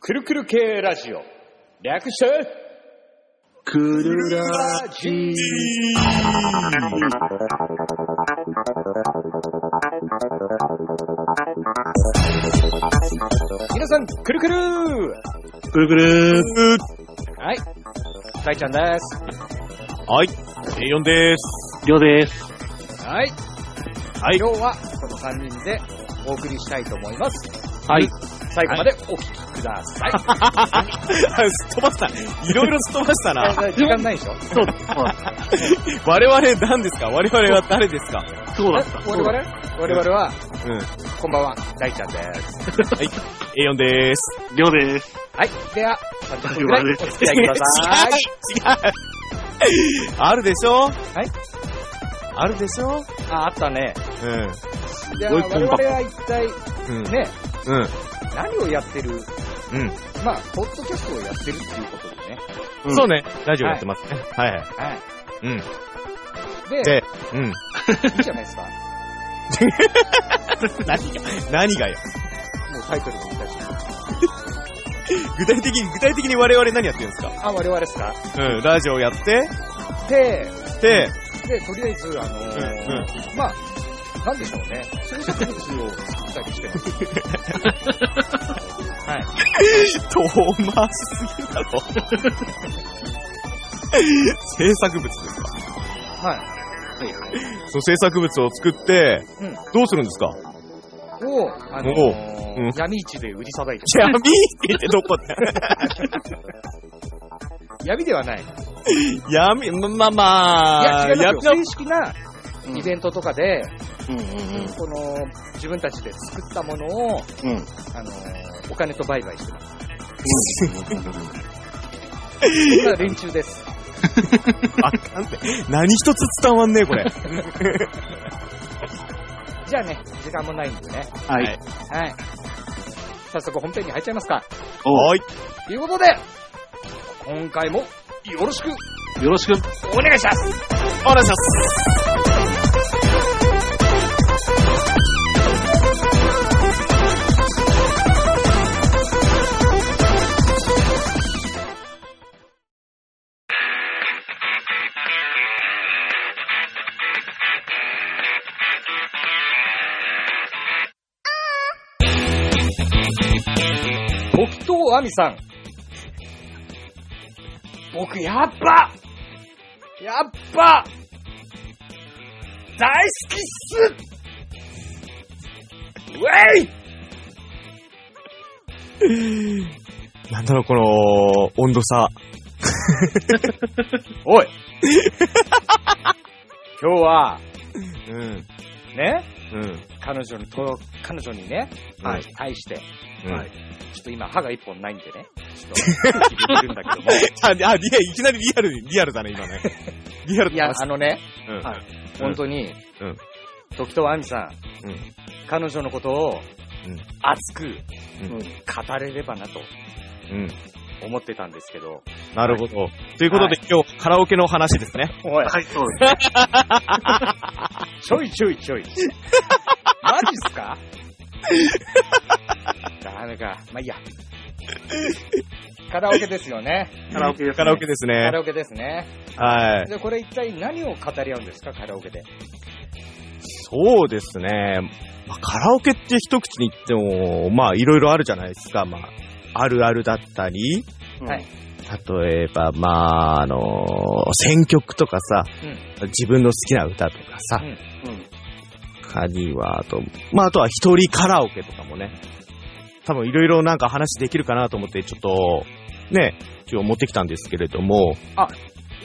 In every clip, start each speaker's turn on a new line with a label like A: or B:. A: くるくる系ラジオ。略して、
B: くるら
A: ジー皆さん、くるくる
B: くるくる
A: はい。大ちゃんです。
C: はい。A4 です。
B: りょうです。
A: はい。
C: はい
A: 今日は、この3人でお送りしたいと思います。
B: はい。
A: 最後までお聞きください。
C: すっ飛ばした。いろいろすっ飛ばし たな。
A: 時間ないでしょ
B: そう、
C: 我々何ですか我々は誰ですか
B: そうだ
A: 我
B: った。
A: 々我々は、
C: うん。
A: こんばんは、大ちゃんです。
C: A4 です。
B: りょうです。
A: はい。では、30分くらいお付き合いくださ い。。
C: 違うあるでしょはいあるでしょ
A: あ、あったね。
C: う
A: では、
B: ごい
A: 我
B: コン
A: 々
B: パクト
A: は一体、
C: ん。うん。
A: ね、
C: うん。
A: 何をやってる
C: うん。
A: まあ、ポッドキャストをやってるっていうことでね。
B: うん
C: そうね。ラジオやってますね。はい。はい、
A: はい。
C: うん。
A: で、
C: で、うん。
A: いいじゃないですか。
C: 何が、何がよ。
A: もうタイトルも言ったし。
C: 具体的に、具体的に我々何やってるんですか
A: あ、我々ですか
C: うん。ラジオやって、
A: で、
C: で、
A: で、とりあえず、あのー
C: うん
A: まあ、なんでしょうね。新作物を作ったりしてます。はい。
C: 遠回しすぎるだろ。 制作物ですか
A: はい。
C: その制作物を作って、
A: うん
C: どうするんですか
A: を、あのー
C: おううん
A: 闇市で売りさばいて
C: 闇ってどこだ
A: 闇ではない。い
C: 闇、ま、まあまあ、
A: や、違いま
C: 闇
A: すよ正
C: の、
A: 式な
B: うん
A: イベントとかで、
B: うんうん うん。
A: この、自分たちで作ったものを、
B: うん。
A: あのーお金と売買してます。こんな連中です。
C: あかんって、何一つ伝わんねえ、これ。
A: じゃあね、時間もないんでね。
B: はい。
A: はい。早速本編に入っちゃいますか。
B: お
C: はい。
A: ということで、今回もよろしく
B: よろしく。
A: お願いします
C: お願いします。
A: 僕と亜美さん。僕、やっぱやっぱ大好きっすウェイ
C: なんだろう、この、温度差。
A: おい今日は、
C: うん。
A: ね、
C: うん。
A: 彼女にと、彼女にね、
C: はい
A: 対して、
C: は。
B: はい
A: ちょっと今、歯が一本ないんでね。ちょっと、空気入れてるんだけども。
C: あ、あ、リアいきなりリアルに、リアルだね、今ね。リアル
A: い
C: だ
A: や
C: ね、。
A: あのね、
C: うん
A: はい
C: ん
A: 本当に、
C: うん
A: 時と亜美さん、
C: うん
A: 彼女のことを
C: うん、
A: 熱く
C: うん
A: 語れればなと
C: うん。
A: 思ってたんですけど。
C: なるほど。ということで、今日、カラオケの話ですね。
A: おい、
B: はい、そうで
A: ちょいちょい ちょい。マジっすかダメか。まあいいや。カラオケですよね。
B: す。カラオケですね。
C: カラオケです
A: カ
C: ね。
A: ラオケですね。
C: はい。
A: で、これ一体何を語り合うんですか、カラオケで。
C: そうですね。まあカラオケって一口に言っても、まあ、いろいろあるじゃないですか。まあ、あるあるだったり、
B: うん
A: はい。
C: 例えば、まあ、あの選曲とかさ、自分の好きな歌とかさ、
B: うん。
C: 他には、あと、まあ、あとは一人カラオケとかもね、多分いろいろなんか話できるかなと思って、ちょっと、ね、今日持ってきたんですけれども、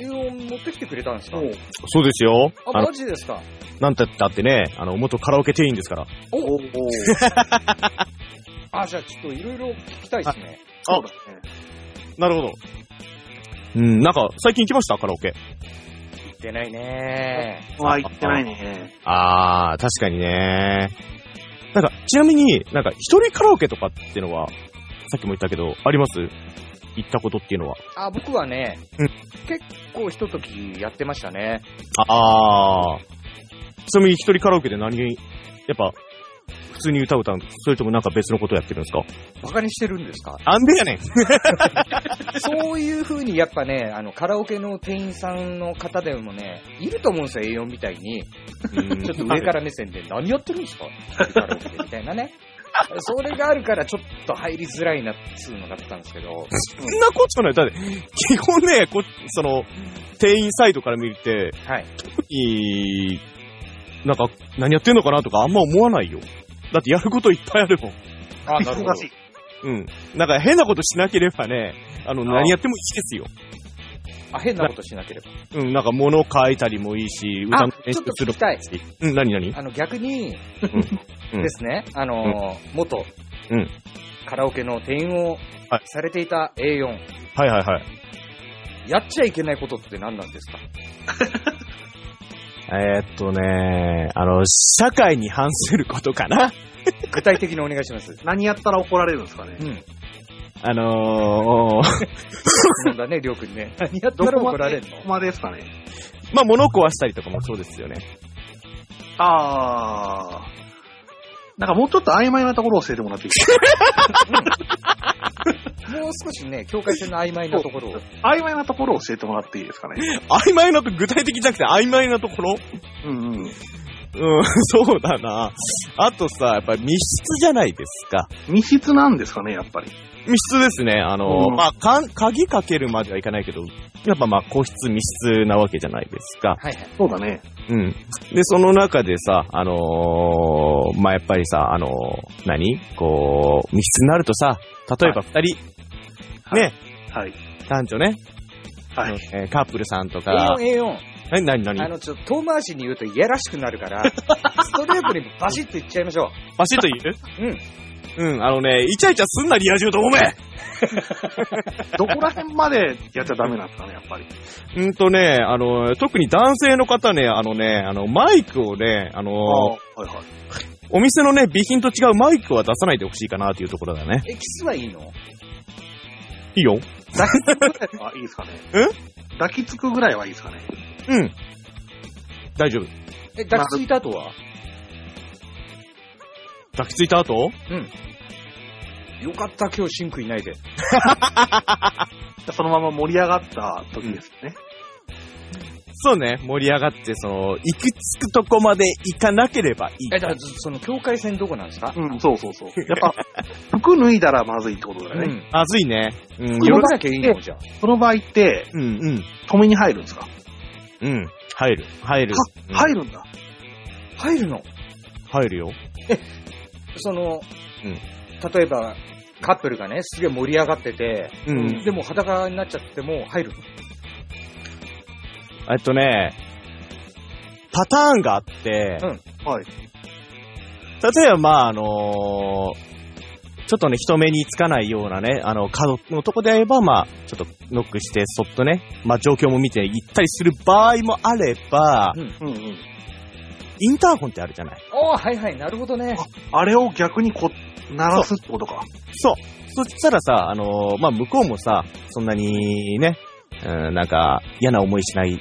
A: うん。を持ってきてくれたんですか
B: おう
C: そうですよ。
A: あ、
C: あの
A: マ、ジですか
C: なんたったってね、あの、元カラオケ店員ですから。
B: おおお
A: あ、じゃあちょっといろいろ聞きたいですね。
B: そうだね。
C: なるほど。うん、なんか、最近行きましたカラオケ。
A: 行ってないね
B: は行ってないね。
C: あー、確かにね。なんか、ちなみになんか、一人カラオケとかってのは、さっきも言ったけど、あります行ったことっていうのは。
A: あ、僕はね、
C: うん
A: 結構ひとときやってましたね。
C: あー。ちなみに一人カラオケで何やっぱ、二普通に歌を歌うのそれともなんか別のことをやってるんですか
A: バカにしてるんですか
C: なんでやねん
A: そういう風にやっぱね、あの、カラオケの店員さんの方でもね、いると思うんですよ、A4 みたいに。ちょっと上から目線 で、何やってるんですかカラオケみたいなね。それがあるからちょっと入りづらいなっつうのがあったんですけど、
C: そんなことない。だって、基本ね、こその、店員サイドから見て、
A: はい。
C: いいなんか、何やってんのかなとかあんま思わないよ。だってやることいっぱいあるもん。
A: あ、なるほど
B: 忙。しい。
C: うん。なんか変なことしなければね、あの、
B: あ
C: 何やってもいいですよ。
A: あ、変なことしなければ。
C: うん、なんか物を書いたりもいいし、歌
A: あ
C: の練
A: ちょ
C: 習
A: っと
C: す
A: 聞
C: る
A: きたい。
C: し。うん、何何
A: あの、逆に、
C: うん
A: ですね、あのー元、
C: うん
A: カラオケの店員を
C: はい
A: されていた A4、
C: はいはいはい。
A: やっちゃいけないことって何なん ですか
C: えーっとね、あの、社会に反することかな。
A: 具体的にお願いします。
B: 何やったら怒られるんですかね
A: う。ん。
C: あのー、
A: そうだね、りょうくんね。何やったら怒られる
B: ど
A: の
B: こまでですかね。
C: まあ物壊したりとかもそうですよね。
B: あー。なんかもうちょっと曖昧なところを教えてもらっていいです
A: もう少しね、境界線の曖昧なと ころを。
B: か曖昧なところを教えてもらっていいですかね。
C: 曖昧なと、具体的じゃなくて曖昧なところ
B: うんうん。
C: うん、 そうだな。あとさ、やっぱり密室じゃないですか。
B: 密室なんですかね、やっぱり。
C: 密室ですね。あの、
B: うん
C: まあかん、鍵かけるまではいかないけど、やっぱまあ、個室、密室なわけじゃないですか。
A: はいはい。
B: そうだね。
C: うん。で、その中でさ、あのーまあ、やっぱりさ、あのー何こう、密室になるとさ、例えば二人、
B: はい
C: ね、
B: はい。
C: 男女ね、
B: はい。
C: えーカップルさんと
A: A4、
C: か、
A: A4。
C: え、何何
A: あの、ちょっと遠回しに言うといやらしくなるから、ストレートにバシッと言っちゃいましょ
C: バシッと言
A: う。うん。
C: ううん、あのね、イチャイチャすんなリア充とおめえ
B: どこら辺までやっちゃダメなんですかね、やっぱり。
C: うんとね、あの、特に男性の方ね、あのね、あの、マイクをね、あ
B: あ
C: の、
B: ーはいはい。
C: お店のね、備品と違うマイクは出さないでほしいかなというところだね。
A: え、キスはいいの
C: いいよ。
B: あ、いいですかね。
C: え
B: 抱きつくぐらいはいいですかね。
C: うん。大丈夫。
A: え、抱きついた後は
C: 抱きついた後
A: よかった、今日シンクいないで。
B: そのまま盛り上がった時ですね。
C: そうね、盛り上がって、その、行き着くとこまで行かなければいい。
A: え、だから、ずその境界線どこなんですか
B: うん、そうそう そう。やっぱ、服脱いだらまずいってことだよね。
A: ん。
C: まずいね。うん、
A: 呼
C: よ
A: ばなきゃいいのじゃあ。
B: その場合って、
C: うん、うん。
B: 止めに入るんですか、
C: うん。入る。入る。うん
B: 入るんだ。
A: 入るの
C: 入るよ。
A: その、
C: うん
A: 例えば、カップルがね、すげえ盛り上がってて、
C: うん
A: でも裸になっちゃっても入るの。
C: えっとね、パターンがあって、
B: はい。
C: 例えば、まあ、あのーちょっとね、人目につかないようなね、あの、角のとこであれば、まあ、ちょっとノックして、そっとね、まあ、状況も見て行ったりする場合もあれば、
B: うんうん。
C: インターホンってあるじゃない
A: ああ、はいはい、なるほどね。
B: あれを逆にこ、鳴らすってことか。
C: そう。そしたらさ、あのーまあ、向こうもさ、そんなにね、うん、なんか、嫌な思いしない、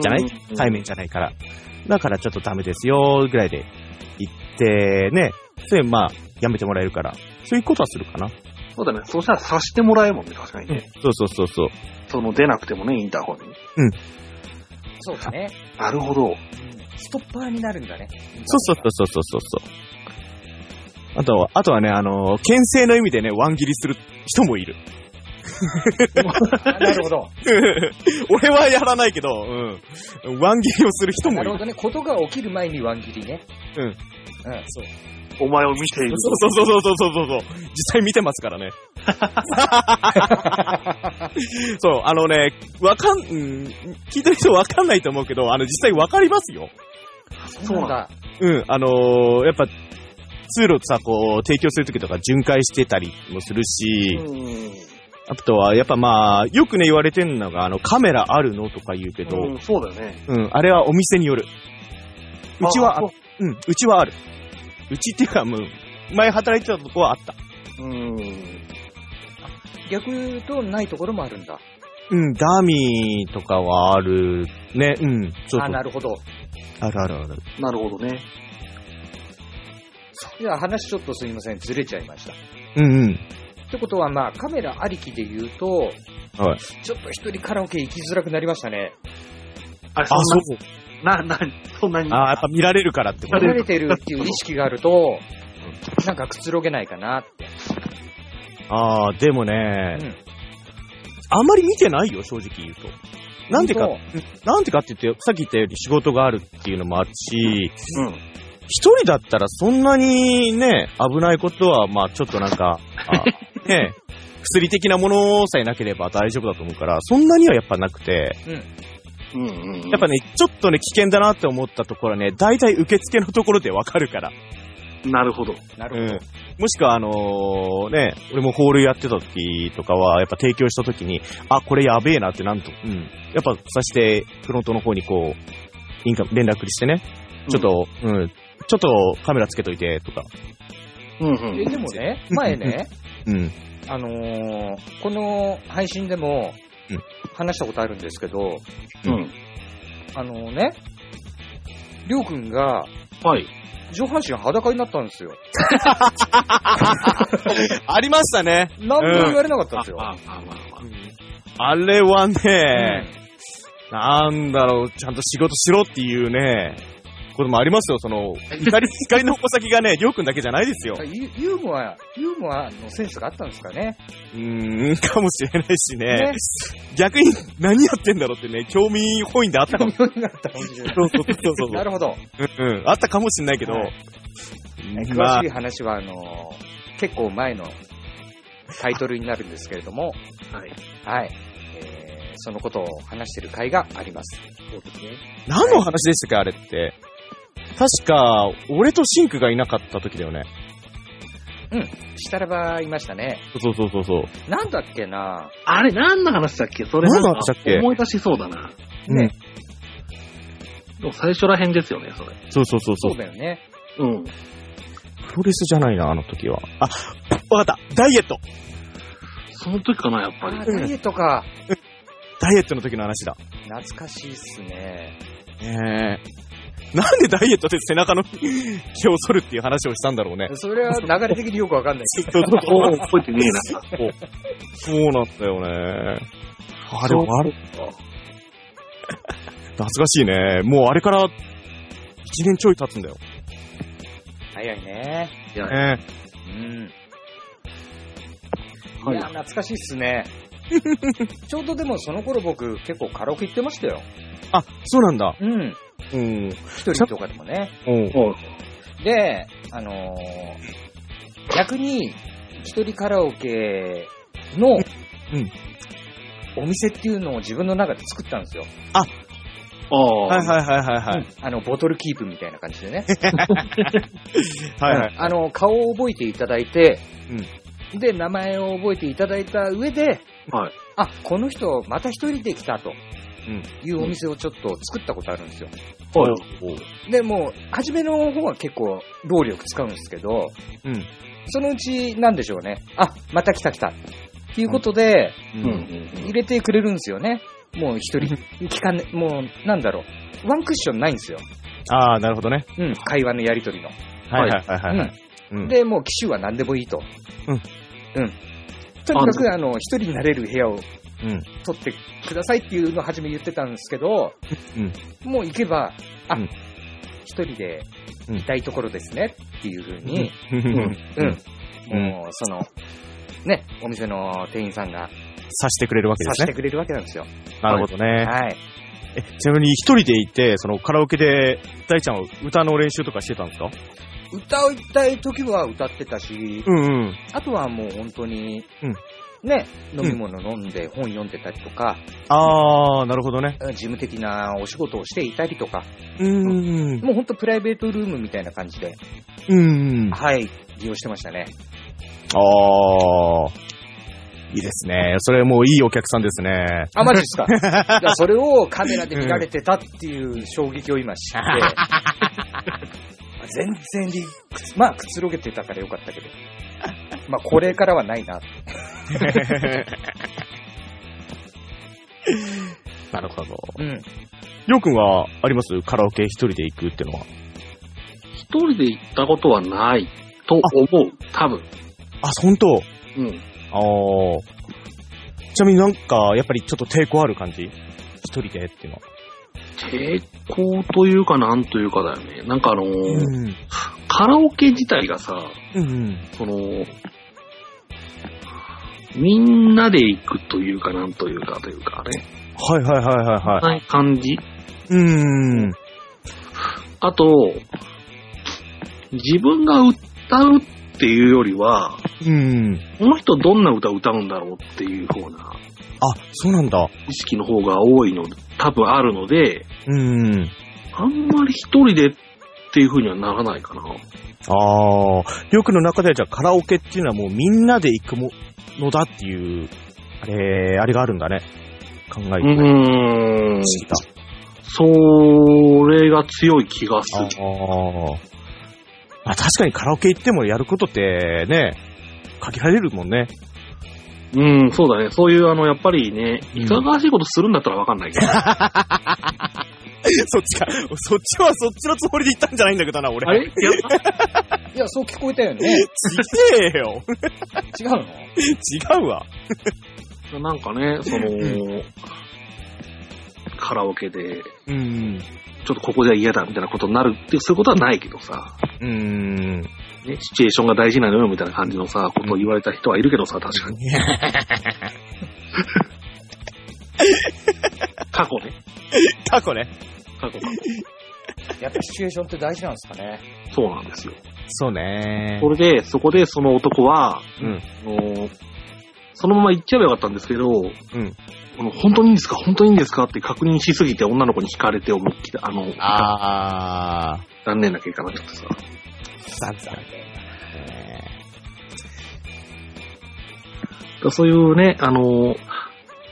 C: じゃない
B: うん
C: 対面じゃないから。だから、ちょっとダメですよ、ぐらいで行って、ね、それ、まあ、やめてもらえるから、そういうことはするかな。
B: そうだね。そうしたら察してもらえるもんね、確かにね。
C: そうそうそうそう。
B: その出なくてもね、インターホンに。
A: そうだね、
B: なるほど。
A: うんストッパーになるんだね。
C: そうそうそうそうそうそう。あとは、あとはね、あのー、牽制の意味でね、ワン切りする人もいる。
A: あなるほど。
C: 俺はやらないけど、うん。ワン切りをする人も
A: ないる
C: る
A: ほ。どね。ことが起きる前にワン切りね。
C: うん
A: うん、そう。
B: お前を見ている。
C: そうそうそうそうそうそうそう。実際見てますからね。 そう、あのね、わかん、うん、聞いてる人わかんないと思うけど、あの、実際わかりますよ。
B: そうなんだ。
A: だ。
C: うん、あのーやっぱ、通路さ、こう、提供するときとか巡回してたりもするし、
B: う
C: あとは、やっぱまあ、よくね、言われてんのが、あの、カメラあるのとか言うけど、
B: ん。うん、そうだよね。
C: うん、あれはお店による。うちは、
B: あ
C: あうん、うちはある。うちっていうか、もう、前働いてたとこはあった。
B: うん。
A: 逆言うと、ないところもあるんだ。
C: うん、ダミーとかはある。ね、うん、そうそう
A: あなるほど。
C: あるあるある。
B: なるほどね。
A: いや、話ちょっとすいません、ずれちゃいました。
C: うんうん。
A: ってことは、まあ、カメラありきで言うと、
C: はい
A: ちょっと一人カラオケ行きづらくなりましたね。
B: あ、
C: あ、そう
B: そ。んな、な、な、そんなに。
C: あやっぱ見られるからってこと
A: 離れてるっていう意識があると、なんかくつろげないかなって。
C: ああ、でも
A: う
C: ね、
A: ん
C: あんまり見てないよ、正直言うと。なんでか、
A: 本
C: なんでかって言って、さっき言ったより仕事があるっていうのもあるし、
B: うん。
C: 一人だったらそんなにね、危ないことは、まあちょっとなん か、あね、薬的なものさえなければ大丈夫だと思うから、そんなにはやっぱなくて、
B: うんうんうん。
C: やっぱね、ちょっとね、危険だなって思ったところはね、大体受付のところでわかるから。
B: なるほど。
A: なる
C: う
A: ほど。
C: ん。もしくは、あのーね、俺もホールやってた時とかは、やっぱ提供した時に、あ、これやべえなってなんと、うん。やっぱさして、フロントの方にこう、インカ連絡してね、ちょっと、うん、ちょっとカメラつけといて、とか。
B: うんう
A: え
B: ん。
A: でもね、前ね、
C: うん。
A: あのーこの配信でも
C: うん
A: 話したことあるんですけど、
B: うん。
A: あのーね、りょうくんが
B: はい。
A: 上半身裸になったんですよ。
C: ありましたね。
A: 何も言われなかったんですよ。
B: あ、まあまあまあ。
C: あれは
A: うん
C: ね、なんだろう、ちゃんと仕事しろっていうね、こともありますよ、その、怒 り、怒りの矛先がね、りょうくんだけじゃないですよ。
A: ユユーモア、ユーモアのセンスがあったんですかね。
C: うーん、かもしれないしね
A: ね。
C: 逆に何やってんだろうってね、興味本位であったか も。
A: 興味があったかもしれない
C: そうそうそうそう
A: なるほど。
C: うんうん。あったかもしれないけど。
A: はい詳しい話は、あのー結構前のタイトルになるんですけれども、
B: はい。
A: はい。えーそのことを話してる回があります。そうですね。
C: 何の話でしたっけ、あれって。確か、俺とシンクがいなかった時だよね。
A: したらばいましたね。
C: そうそうそうそう。
A: なんだっけな
B: あれ、何の話だっけそれ
C: 何の
B: なんか
C: 話だっけ
B: 思い出しそうだな。
C: ね。
B: でも最初ら辺ですよね、それ。
C: そうそうそうそ
A: そうう。だよね。
B: うん。
C: プロレスじゃないな、あの時は。あ、わかった。ダイエット。
B: その時かな、やっぱ
A: あ
B: り
A: ー、。ダイエットか。
C: ダイエットの時の話だ。
A: 懐かしいっすね。
C: ねえ。なんでダイエットで背中の 毛を剃るっていう話をしたんだろうね。
A: それは流れ的によくわかん ないです。
C: そうそうそう
B: おお、覚えてねえな。
C: そうなんだよね。あれ、
B: そう
C: あれ、懐かしいね。もうあれから、1年ちょい経つんだよ。
A: 早いね。
B: いや、
C: ね
A: うん。
B: はい
A: いや、懐かしいっす ね。ちょうどでもその頃僕結構カラオケ行ってましたよ。
C: あ、そうなんだ。
A: うん。
C: うん。
A: 一人とかでもね。
C: うん。
B: もう、
A: で、あのー逆に、一人カラオケの、
C: ん
A: お店っていうのを自分の中で作ったんですよ。
B: ああ、
C: はいはいはいはいは
A: う
C: い
A: ん。あの、ボトルキープみたいな感じでね。
C: はいはい。
A: あの、顔を覚えていただいて、で、名前を覚えていただいた上で、
B: はい
A: あ、この人、また一人で来たと。
C: うん
A: いうお店をちょっと作ったことあるんですよ。
B: はい
A: で、もう、初めの方は結構労力使うんですけど、
C: うん。
A: そのうち、なんでしょうね。あ、また来た来た。っていうことで、
C: う。
B: うんんう
C: うん。
A: 入
B: ん
A: れてくれるんですよね。もう一人、聞かね、もう、なんだろう。ワンクッションないんですよ。
C: ああ、なるほどね。
A: うん、会話のやりとりの。
C: はいはいはいはい。う
A: うんん。で、もう機種は何でもいいと。
C: うん。
A: うん。とにかく、あの、一人になれる部屋を
C: うん。
A: 取ってくださいっていうのを初め言ってたんですけど、
C: うん
A: もう行けば、あ、
C: うん
A: 一人でいたいところですねっていうふうに、
B: うん。
A: うん、
C: うん
A: もう、その、ね、お店の店員さんが
C: さしてくれるわけで
A: さ
C: す
A: し
C: ね
A: て。くれるわけなんですよ。
C: なるほどね。
A: はい。
C: え ちなみに一人でいて、そのカラオケで、大ちゃんは歌の練習とかしてたんですか
A: 歌いたい時は歌ってたし、
C: うんうん。
A: あとはもう本当に、
C: うん
A: ね、飲み物飲んで本読んでたりとか、
C: ああ、なるほどね。
A: 事務的なお仕事をしていたりとか、
C: うん。
A: もう本当プライベートルームみたいな感じで、
C: うん。
A: はい、利用してましたね。
C: ああ。いいですね。それもういいお客さんです ね。
A: あ、マジ ですかいやそれをカメラで見られてたっていう衝撃を今知って、 全然理屈まあ、くつろげてたからよかったけど、まあ、これからはないな。
C: なるほど。
A: うん。
C: りょうくんはありますカラオケ一人で行くってのは。
B: 一
D: 一人で行ったことはないと思う。多分。
C: あ、本当
D: うん。
C: あーちなみになんか、やっぱりちょっと抵抗ある感じ一人でっていうのは。
D: 抵抗というかなんというかだよね。なんかあのー
C: うん。
D: カラオケ自体がさ、
C: うんうん。
D: その、みんなで行くというかなんというかというかね。
C: はいはいはいはいは
D: はい。感じ。
C: い。うん。
D: あと、自分が歌うっていうよりは、
C: うん。
D: この人どんな歌を歌うんだろうっていう方な
C: あ、そうなんだ。
D: 意識の方が多いの、多分あるので、
C: うん。
D: あんまり一人でっていう風にはならないかな。
C: ああ。よくの中ではじゃあカラオケっていうのはもうみんなで行くものだっていう、あれ、あれがあるんだね。考え
D: う
C: てない。不思
D: ーん。
C: 議だ。
D: それが強い気がす
C: あ
D: る。
C: ーまあ。確かにカラオケ行ってもやることってね、限られるもんね。
D: うん、そうだね。そういう、あの、やっぱりね、
C: うん
D: いかがわしいことするんだったらわかん ないけど。
C: そっちか。そっちはそっちのつもりで言ったんじゃないんだけどな、俺
D: あれいや
A: いや、そう聞こえたよね。
C: ちげえよ。
A: 違うの
C: 違うわ。
D: なんかね、その、カラオケで、
C: うん。
D: ちょっとここでは嫌だみたいなことになるって、そういうことはないけどさ、
C: うん。
D: ね、シチュエーションが大事なのよみたいな感じのさ、ことを言われた人はいるけどさ、確 かに。過去ね。
C: 過去ね。
D: 過去過去。
A: やっぱシチュエーションって大事なんですかね。
D: そうなんですよ。
C: そうね
D: そ。れで、そこでその男は、
C: うん
D: あのそのまま行っちゃえばよかったんですけど、
C: ん
D: この本当にいいんですか本当にいいんですかって確認しすぎて女の子に惹かれて思いっきり、あの、
C: ああ。
D: 残念な結果になっちゃってさ。
C: さんさん。
D: だからそういうね、あの、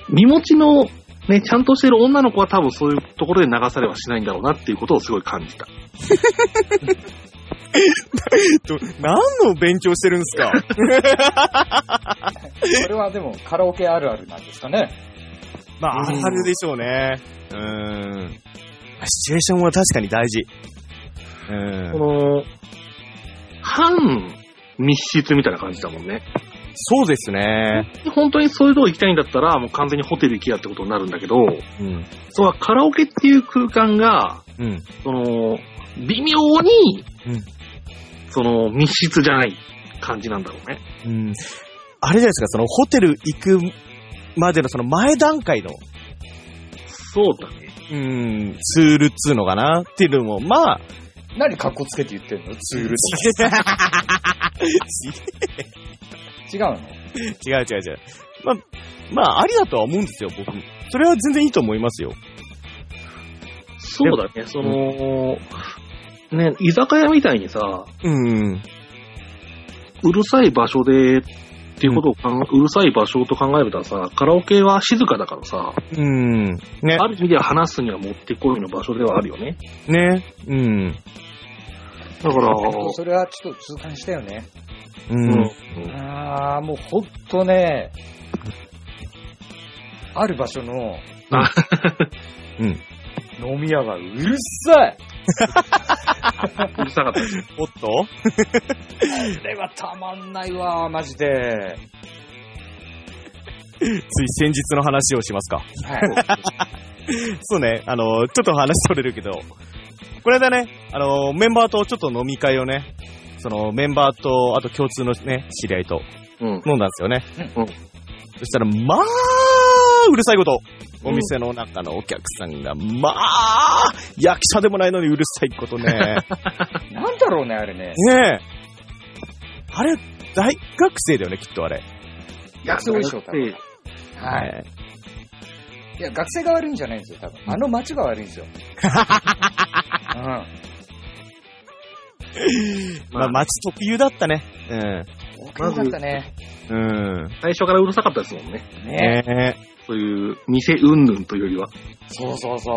D: 身持ちの、ね、ちゃんとしてる女の子は多分そういうところで流されはしないんだろうなっていうことをすごい感じた。
C: ど何の勉強してるんですか
A: それはでもカラオケあるあるなんですかね。
C: まあ、
D: うん
C: あるでしょうね。うん。シチュエーションは確かに大事。う
D: こ
C: ん。
D: の、反密室みたいな感じだもんね。
C: そうですね。
D: 本当にそういうとこ行きたいんだったら、もう完全にホテル行きやってことになるんだけど、
C: うん。
D: そうはカラオケっていう空間が、
C: うん。
D: その、微妙に、
C: うん
D: その、密室じゃない感じなんだろうね。
C: うん。あれじゃないですか、そのホテル行くまでのその前段階の
D: そうだね。
C: うん、ツールっつうのかなっていうのも、まあ、
A: 何格好つけて言ってんのツールっ
C: 違
A: て。違うの
C: う違う違う。まあ、まあ、ありだとは思うんですよ、僕。それは全然いいと思いますよ。
D: そうだね。その、ね、居酒屋みたいにさ、
C: うん。
D: うるさい場所で、っていうことをかん、うるさい場所と考えるとさ、カラオケは静かだからさ、
C: うん。ね。
D: ある意味では話すにはもってこいの場所ではあるよね。
C: ね。うん。
D: だから、
A: それはちょっと痛感したよね。
C: う
D: うんん。。
A: ああ、もうほんとね、ある場所の、
D: あ
C: うん
A: 飲み屋がうるさいう
D: るさかった。
C: おっと
A: これはたまんないわ、マジで。は い。
C: つい先日の話をしますか。そうね、あの、ちょっと話取れるけど、これだね、あの、メンバーとちょっと飲み会をね、そのメンバーと、あと共通のね、知り合いと
D: うん。
C: 飲んだんですよね。
D: うん
C: そしたら、まあ、うるさいこと。お店の中のお客さんが、まあ、役者でもないのにうるさいことね。
A: なんだろうね、あれね。
C: ねえ。あれ、大学生だよね、きっとあれ。
D: いや
A: そうでしょう多分
C: は
A: はい。
C: い。
A: いや、学生が悪いんじゃないんですよ、多分。あの街が悪いんですよ。うん。
C: まあ、街特有だったね。
A: 大きかったね。
C: うん。うん。
D: 最初からうるさかったですもんね。
A: ね
C: ねえ。
D: そういう、店うんぬんというよりは。
A: そうそうそう。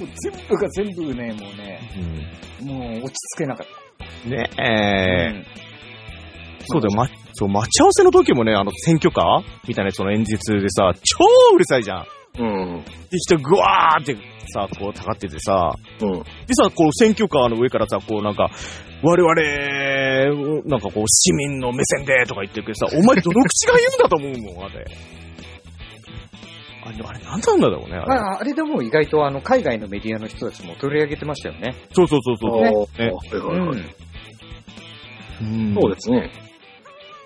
A: もう全部が全部ね、もうね、もう落ち着けなかっ
C: ね
A: た。
C: え。
A: うん
C: そうだよ、ま、そう、待ち合わせの時もね、あの、選挙カーみたいなその演説でさ、超うるさいじゃん。
D: うん。
C: で、人グワーってさ、こう、たかっててさ、
D: うん。
C: でさ、こう、選挙カーの上からさ、こう、なんか、我々、なんかこう、市民の目線でとか言ってるけどさ、お前、どの口が言うんだと思うもん、あれ。あれ、あれ、なんなんだろうね、あれ。
A: まあ、あれでも意外とあの海外のメディアの人たちも取り上げてましたよね。
C: そうそうそうそう。
A: ね
D: ねはいはいはい
C: うん
D: そうですね。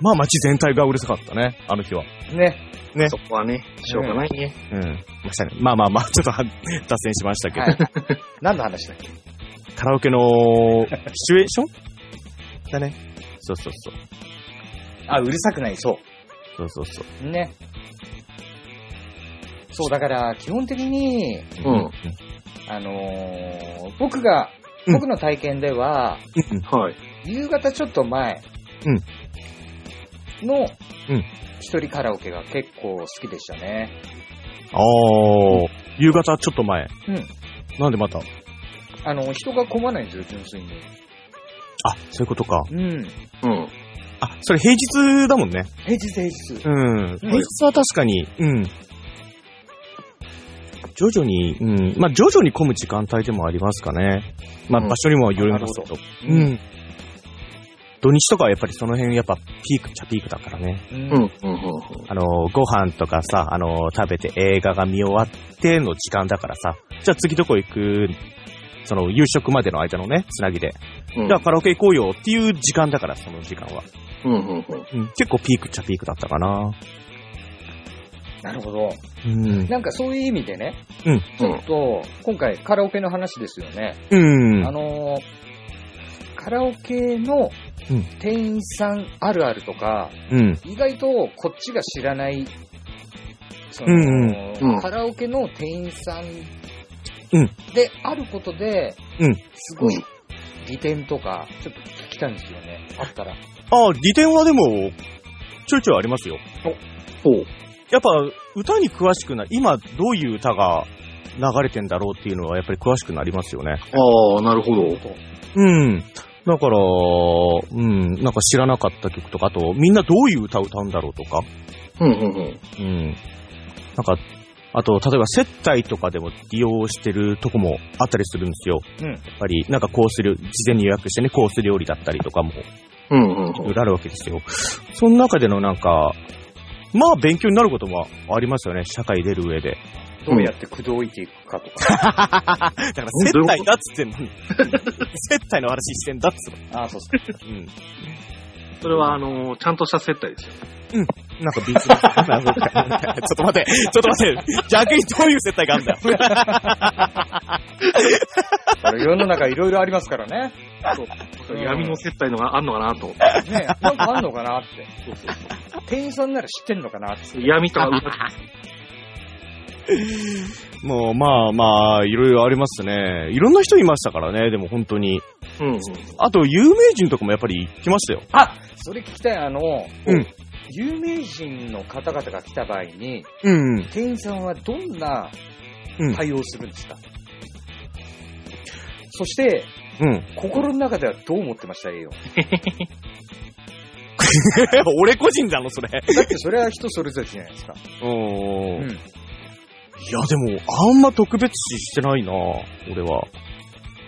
C: まあ、街全体がうるさかったね、あの日は。
A: ね。
C: ね
D: そこはね、しょうがないね。
C: うん。ましたね。まあまあまあ、ちょっと は脱線しましたけど、
A: はい。何の話だっけ
C: カラオケのシチュエーションだね。そうそうそう。
A: あ、うるさくない、そう。
C: そうそうそう。
A: ね。そう、だから、基本的に、
D: うん。
A: あのー僕が、
C: うん
A: 僕の体験では、
D: はい。
A: 夕方ちょっと前
C: うん
A: の
C: うん
A: 一人カラオケが結構好きでしたね。
C: あー、夕方ちょっと前。
A: うん。
C: なんでまたあ、
A: あの、人が混まないんですよ、純粋に。
C: そういうことか。
A: うん。
D: うん。
C: あ、それ平日だもんね。
A: 平日平日。
C: うん。平日は確かに、うん。徐々に、うん。まあ、徐々に混む時間帯でもありますかね。まあ、
D: うん
C: 場所にもよりますけど。
A: う
C: うんん。土日とかはやっぱりその辺やっぱピークっちゃピークだからね。
A: うん
D: うん。うん。うん。
C: あの、ご飯とかさ、あの、食べて映画が見終わっての時間だからさ。じゃあ次どこ行くその夕食までの間のね、つなぎで。
D: うん。
C: じゃあカラオケ行こうよっていう時間だから、その時間は。
D: うん。うん。うん。
C: うん。結構ピークっちゃピークだったかな。
A: なるほど。
C: うん。
A: なんかそういう意味でね、
C: うん
A: ちょっと、今回カラオケの話ですよね。
C: うん
A: あ。のーカラオケの
C: うん
A: 店員さんあるあるとか、
C: うん。
A: 意外とこっちが知らない、そ
C: うん
D: うんうん
A: カラオケの店員さん
C: うん
A: であることで、
C: うん
A: すごい利点とか、ちょっと聞きたいんですよね。あったら。
C: あ、利点はでも、ちょいちょいありますよ。
D: ほう。
C: やっぱ、歌に詳しくな、今どういう歌が流れてんだろうっていうのはやっぱり詳しくなりますよね。
D: ああ、なるほど。
C: うん。だから、うん、なんか知らなかった曲とか、あと、みんなどういう歌歌うんだろうとか、
D: うん。うん。うん。
C: うん。なんか、あと、例えば接待とかでも利用してるとこもあったりするんですよ。
A: うん
C: やっぱり、なんかコース料、事前に予約してね、コース料理だったりとかも
D: うん。うん。
C: いろいろあるわけですよ。その中でのなんか、まあ勉強になることもありますよね、社会出る上で。
A: どうやって口説いていくかとか。
C: だから接待だっつってんのに。 接待の話してんだっつって
A: ああ、そうっすね。
C: の。うん。
D: それは、あのー、ちゃんとした接待ですよ。
C: なんかビーチ ちょっと待って、ちょっと待って、逆にどういう接待があるんだよ。
A: あれ世の中いろいろありますからね。
D: そう闇の接待のがあんのかなと思って。
A: ねなんかあんのかなって。
D: そうそうそ
A: 店員さんなら知ってんのかなって。
D: う闇 とは裏
C: もうまあまあ、いろいろありますね。いろんな人いましたからね、でも本当に。
D: うん。うん。
C: あと、有名人とかもやっぱり来ましたよ。
A: あそれ聞きたい、あの、
C: うん
A: 有名人の方々が来た場合に、
C: うん。
A: 店員さんはどんな
C: うん
A: 対応するんですか、そして、
C: うん。
A: 心の中ではどう思ってましたよ。
C: 俺個人なの、それ。
A: だってそれは人それぞれじゃないですか。
C: うん
A: うん。
C: いや、でも、あんま特別視してないな、俺は。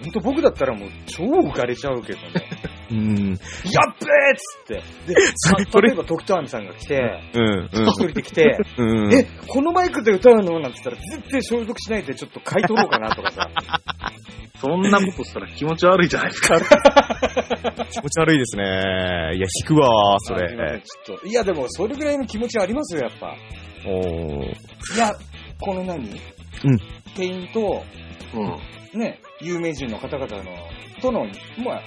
A: ほんと僕だったらもう超浮かれちゃうけどね。
C: うん。
A: やっべーっつって。で、
C: それ
A: た例えば徳ンさんが来て、
C: うん、
A: 一人で来て、
C: うん。うん
A: え、このマイクで歌うのなんて言ったら絶対消毒しないでちょっと買い取ろうかなとかさ。
D: そんなことしたら気持ち悪いじゃないです か。
C: 気持ち悪いですね。いや、引くわ、 そ
A: あすいません
C: れ。
A: ちょっと。いやでもそれぐらいの気持ちありますよ、やっぱ。
C: おー
A: いや、この何
C: うん。
A: 店員と、
D: うん。
A: ね、有名人の方々の、との、まあ、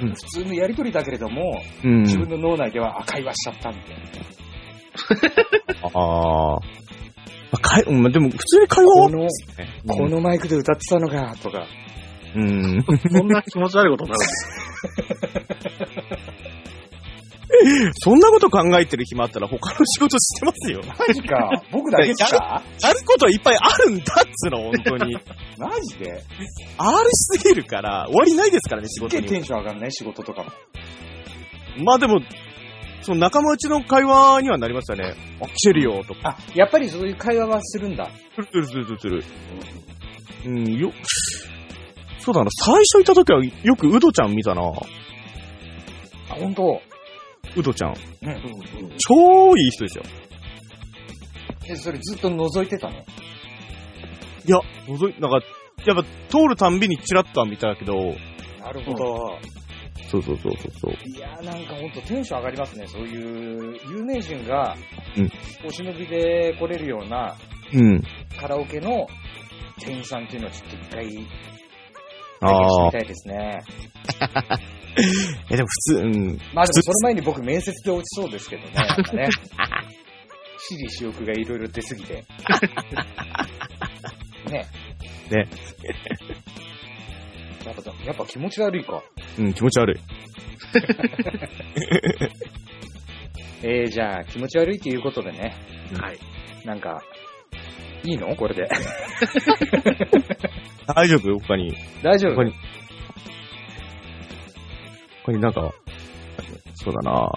C: うん
A: 普通のやりとりだけれども、
C: うん。
A: 自分の脳内では、あ、会話しちゃったみたいな。
C: あー。まあ、会うんまあでも、普通に会話
A: こ
C: は、
A: の、このマイクで歌ってたのか、とか。
C: うん。
D: そんな気持ち悪いことになるんです
C: そんなこと考えてる暇あったら他の仕事してます よ。
A: マジか。僕だけです か
C: やることいっぱいあるんだっつうの、本 当に。
A: マジで
C: ありすぎるから、終わりないですからね、仕
A: すっ
C: 事
A: げえ
C: に
A: テ
C: も。
A: ンション上がんない仕事とかも。
C: まあでも、その仲間内の会話にはなりましたね。あ、来てるよ、とか。
A: あ、やっぱりそういう会話はするんだ。
C: つるつるつるつるつる。うん、よ、そうだな、最初行った時はよくウドちゃん見たな。
A: あ、本当
C: ウドちゃん。
D: うんうん
C: 超いい人ですよ。
A: え、それずっと覗いてたの
C: いや、覗い、なんか、やっぱ通るたんびにチラッとは見たけど、
A: なるほど。
C: そうそうそうそうそう。
A: いやーなんかほんとテンション上がりますね。そういう有名人が
C: うん、
A: お忍びで来れるような
C: うん。
A: カラオケの店員さんっていうのをちょっと一回、体験して
C: ああ
A: み。たいですね。
C: え、でも普通、うん。
A: まあでもその前に僕面接で落ちそうですけどね。なん かね。私利私欲がいろいろ出すぎて。ね。
C: ね。
A: やっぱ、やっぱ気持ち悪いか。
C: うん、気持ち悪い。
A: えー、じゃあ気持ち悪いっていうことでね。
D: はい。
A: なんか、いいのこれで。
C: 大丈夫他に。
A: 大丈夫
C: 他に。他になんか、そうだな。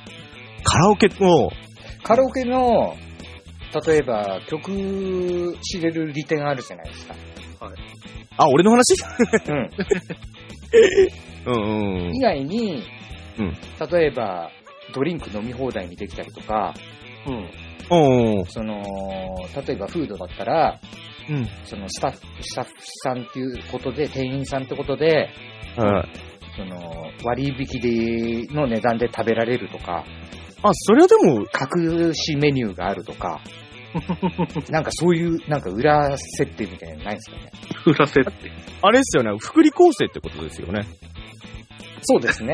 C: カラオケも、
A: カラオケの、例えば曲知れる利点あるじゃないですか。
C: あ、俺の話
A: うん。
C: うんうん
A: 以。外に、
C: うん
A: 例えば、ドリンク飲み放題にできたりとか、
D: うん。
C: うんうん。
A: その、例えばフードだったら、
C: うん。
A: そのスタッフ、スタッフさんっていうことで、店員さんってことで、
C: はい。
A: その、割引で、の値段で食べられるとか、
C: あ、それはで も、
A: 隠しメニューがあると か、なんかそういう、なんか裏設定みたいなのないんですかね。
D: 裏設定。
C: あれですよね。福利厚生ってことですよね。
A: そうですね。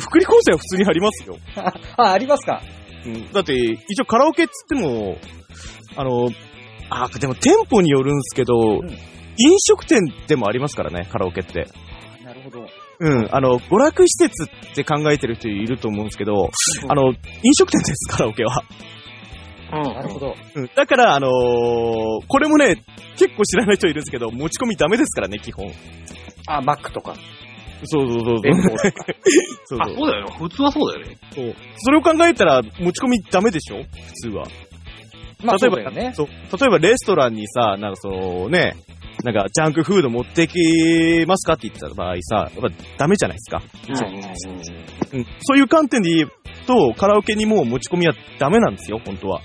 C: 福利厚生は普通にありますよ。
A: あ、 あありますか。
C: うん、だって、一応カラオケっつっても、あの、あ、でも店舗によるんですけど、
A: ん
C: 飲食店でもありますからね、カラオケって。
A: なるほど。
C: うん、あの、娯楽施設って考えてる人いると思うんですけど、あの、飲食店です、カラオケは。
D: うん。
A: なるほ
D: ど。
A: ど。
C: うん、だから、あのーこれもね、結構知らない人いるんですけど、持ち込みダメですからね、基本。
A: あ、マックとか、
C: そうそうそう
A: 弁当とか。
C: そう
D: あ、
C: そう
D: そうだよね。普通はそうだよね。
C: そうそれを考えたら、持ち込みダメでしょ普通は。
A: まあ、
C: 例
A: そ
C: え
A: う
C: ば
A: だよね。
C: そう。例えばレストランにさ、なんかそのね、なんかジャンクフード持ってきますかって言った場合さ、やっぱダメじゃないですか。
A: はい
C: うん。そういう観点で言うと、カラオケにもう持ち込みはダメなんですよ、本当は。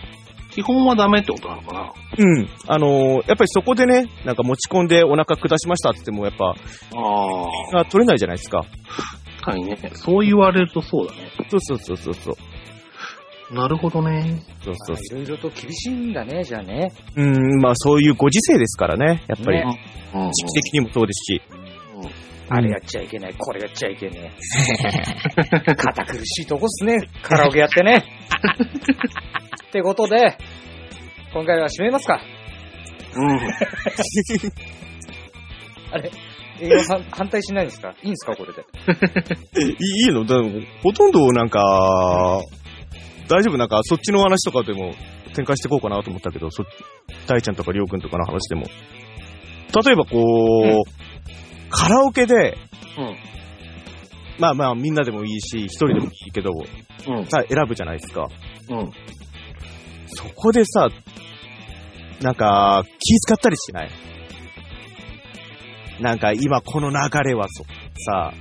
D: 基本はダメってことなのかな
C: うん。あのーやっぱりそこでね、なんか持ち込んでお腹下しましたって言っても、やっぱ、
D: あ
C: あ取れないじゃないですか。
D: あ。確かにね。そう言われるとそうだね。
C: そうそうそうそうそう。
D: なるほどね。
C: そうそう
A: いろいろと厳しいんだね、じゃあね。
C: う。ん、まあそういうご時世ですからね、やっぱり。
A: ね
D: うん。
C: 時期的にもそうですし。
A: あれやっちゃいけない、これやっちゃいけね え。堅苦しいとこっすね、カラオケやって ね。ってことで、今回は締めますか。
D: うん。
A: あれ、営業さん反対しないんですかいいんですか、これで。
C: えいいいのだほとんどなんか、大丈夫なんか、そっちの話とかでも展開していこうかなと思ったけど、そ大ちゃんとかりょうくんとかの話でも。例えばこう、カラオケで、
D: うん
C: まあまあみんなでもいいし、一人でもいいけど、
D: うん。
C: さ、選ぶじゃないですか。
D: うん。
C: そこでさ、なんか、気使ったりしないなんか今この流れはそ、さ、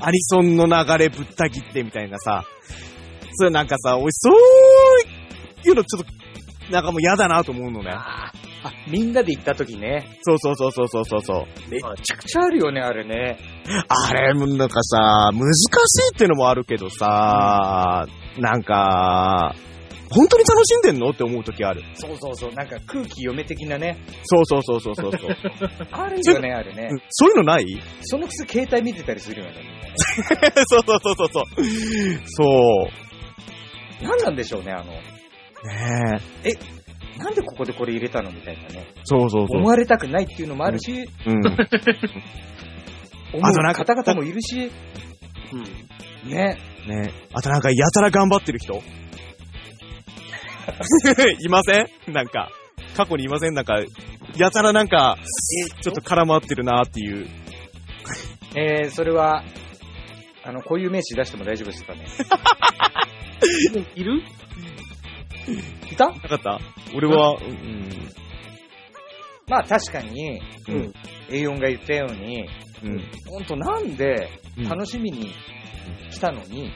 C: アニソンの流れぶった切ってみたいなさ、そうなんかさ、おい、そういうのちょっと、なんかもう嫌だなと思うのね。
A: あ、みんなで行った時ね。
C: そうそうそうそうそうそうそう。
A: めちゃくちゃあるよね、あれね。
C: あれ、なんかさ、難しいってのもあるけどさ、なんか、本当に楽しんでんのって思う時ある。
A: そうそうそう、なんか空気読め的なね。
C: そうそうそうそうそうそう。
A: あるよね、あれね
C: う。んそういうのない
A: そのくせ携帯見てたりするよね、みんなね。
C: そうそうそうそうそう。そ
A: 何なんでしょうね、あの、
C: う。ね
A: なんでここでこれ入れたのみたいなね。
C: え。そうそうそう
A: 思。われたくないっていうのもあるし、
C: うん。
A: 思
C: あとな
A: うん
C: か
A: 方々もいるし、ね。
C: ねえ。あとなんか、やたら頑張ってる人 いませんなんか、過去にいませんなんか、やたらなんか、ちょっと絡まってるなっていう。
A: えー、それは、あの、こういう名詞出しても大丈夫ですか ね。
D: いる
A: いた
C: なかった俺は、うん、
A: まあ確かに、
C: う
A: うんん、A4 が言ったように、
C: うん。
A: ほんとなんで
C: うん
A: 楽しみに来たのに、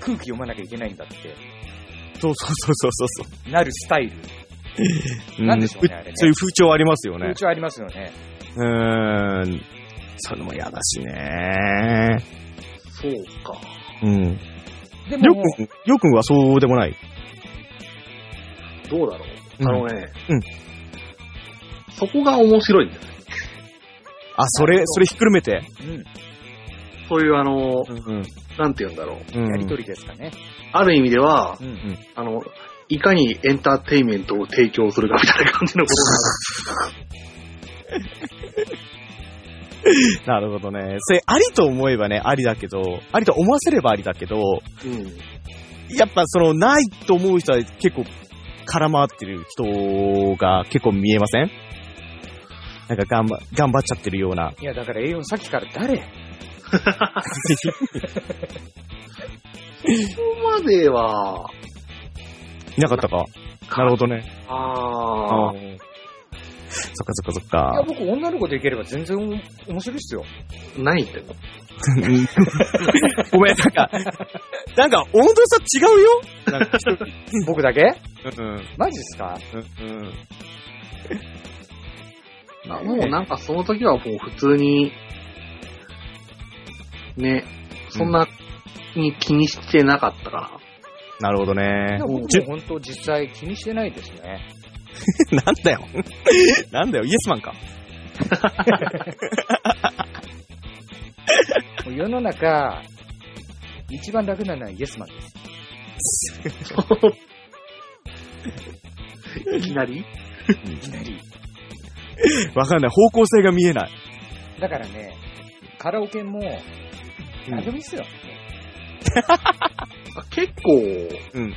A: 空気読まなきゃいけないんだって
C: そうそうそうそうそう
A: なるスタイル。
C: そう。
A: なんでしょうねあれね
C: そういう風潮ありますよね
A: 風。潮ありますよね。
C: うーん。それも嫌だしね。
D: そうか。
C: うん。
A: で
C: りょう
A: も、
C: くん、りょうくんはそうでもない。
D: どうだろう。
C: うん
D: あのね、
C: うん
D: そこが面白いんだよね。
C: あ、それ、それひっくるめて。
A: うん、
D: そういうあの、
C: うん。
D: なんて言うんだろう。
C: うん。
A: やりとりですかね。
D: ある意味では、
A: うん
D: あの、いかにエンターテインメントを提供するかみたいな感じのことになる。
C: なるほどね。それ、ありと思えばね、ありだけど、ありと思わせればありだけど、
D: うん。
C: やっぱその、ないと思う人は結構、空回ってる人が結構見えませんなんか頑張、頑張っちゃってるような。
A: いや、だから A4 さっきから誰
D: そこまでは、
C: いなかったか。なるほどね。
D: ああ、
C: うんそっかそっかそっ
A: いや、
C: か。
A: 僕女の子でいければ全然お面白いっすよ。
D: 何言ってんの
C: ごめん、なんか、なんか、温度差違うよなんか一人
A: 僕だけ
C: うん
A: マジっすか
C: うんうん
D: あもうなんかその時はもう普通に、ね、そんなに気にしてなかったから。
C: なるほどね
A: いや。僕
C: じ
A: も本当実際気にしてないですね。
C: ゅ なんだよ。 なんだよ、イエスマンか。
A: もう世の中、一番楽なのはイエスマンです。
D: いきなり
A: いきなり。
C: わかんない。方向性が見えない。
A: だからね、カラオケも、
C: うん
A: 何でもいいっすよ。
D: あ結構、
C: うん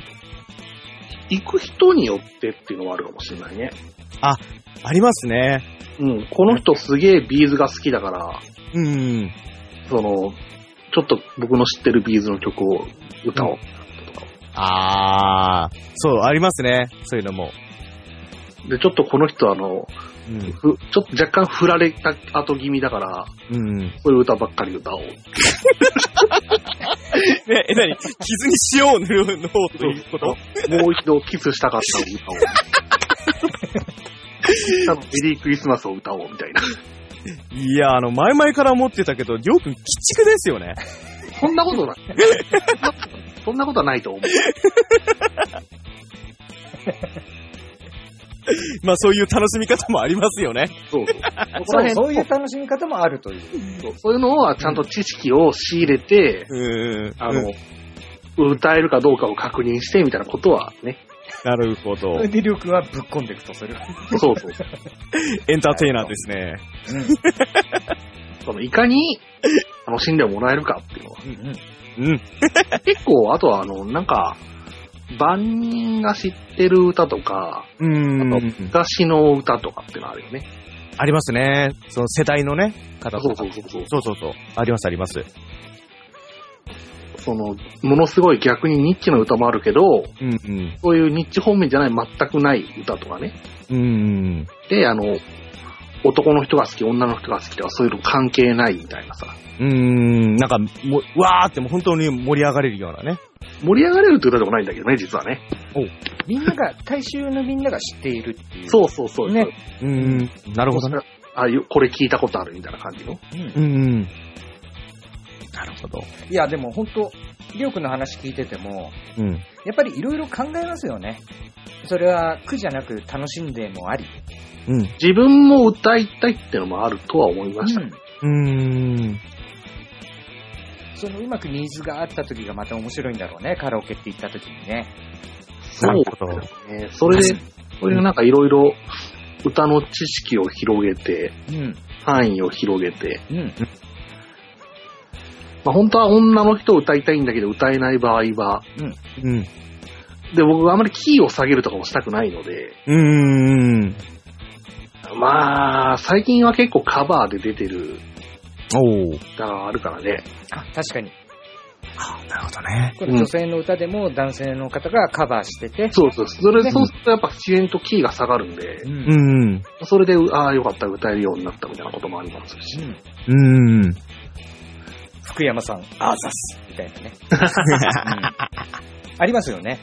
D: 行く人によってっていうのはあるかもしれないね。
C: ありますね。
D: うん、この人すげえビーズが好きだから、
C: うん。
D: その、ちょっと僕の知ってるビーズの曲を歌おうとか。
C: あー。そう、ありますね。そういうのも。
D: で、ちょっとこの人あの、
C: うん。
D: ふちょっと若干振られた後気味だから、
C: うん。ね、
D: そういう歌ばっかり歌おう。
C: え、な に傷に塩を塗るの方ということ
D: もう一度キスしたかったを歌おう。多分メリークリスマスを歌おうみたいな。
C: いや、あの、前々から思ってたけど、りょうくん、鬼畜ですよね。
D: そんなことない。そんなことはないと思う。
C: まあ、そういう楽しみ方もありますよね。
D: そうそ
A: そ
D: う。そこら
A: う
D: 辺
A: そういう楽しみ方もあるという。
D: そうそういうのはちゃんと知識を仕入れて、
C: うん。
D: あ
C: うん
D: の、歌えるかどうかを確認してみたいなことはね。
C: なるほ ど。
A: で、りょうくんはぶっ込んでいくと、それは。
D: そうそう。
C: エンターテイナーですね。
D: そのいかに楽しんでもらえるかっていうのは。
A: うんうん。
C: うん。
D: 結構、あとはあの、なんか、万人が知ってる歌とか、
C: うん
D: あと昔の歌とかっていうのはあるよね。
C: ありますね。その世代のね、方
D: そ
C: と
D: う
C: か
D: そうそうそう。
C: そうそうそう。ありますあります。
D: その、ものすごい逆にニッチの歌もあるけど、
C: うんうん。
D: そういうニッチ方面じゃない全くない歌とかね。
C: うん。
D: で、あの、男の人が好き、女の人が好きとか、そういうの関係ないみたいなさ。
C: うん。なんか、もうわーってもう本当に盛り上がれるようなね。
D: 盛り上がれるって歌でもないんだけどね、実はね。
A: みんなが、大衆のみんなが知っているっていう。
D: そうそうそう。
A: ね。
C: うん。なるほどね。
D: あよこれ聞いたことあるみたいな感じの。
A: うん
C: うん。なるほど。
A: いや、でも本当、りょうくんの話聞いてても、
C: うん。
A: やっぱりいろいろ考えますよね。それは苦じゃなく楽しんでもあり。
C: うん。
D: 自分も歌いたいってのもあるとは思いました。
A: うん
C: うん。
A: そのうまくニーズがあった時がまた面白いんだろうね。カラオケって行った時にね。
D: そ
C: なる
D: う
C: ほど
D: ですね。それで、そういうなんかいろいろ歌の知識を広げて、
A: うん。
D: 範囲を広げて、
A: うん。
D: まあ、本当は女の人を歌いたいんだけど歌えない場合は、
C: うん。
D: で、僕あまりキーを下げるとかもしたくないので、
C: うん。
D: まあ、最近は結構カバーで出てる
C: おお。
D: だからあるからね。
A: あ、確かに。
C: なるほどね。
A: これ女性の歌でも男性の方がカバーしてて、
D: そうそう。それ、そうするとやっぱ自然とキーが下がるんで
A: う、ん
C: う。ん。
D: それで、ああ、よかった、歌えるようになったみたいなこともありますし。
A: うん
C: うん。
A: 福山さん、
C: あざす。
A: みたいなね。うんありますよね。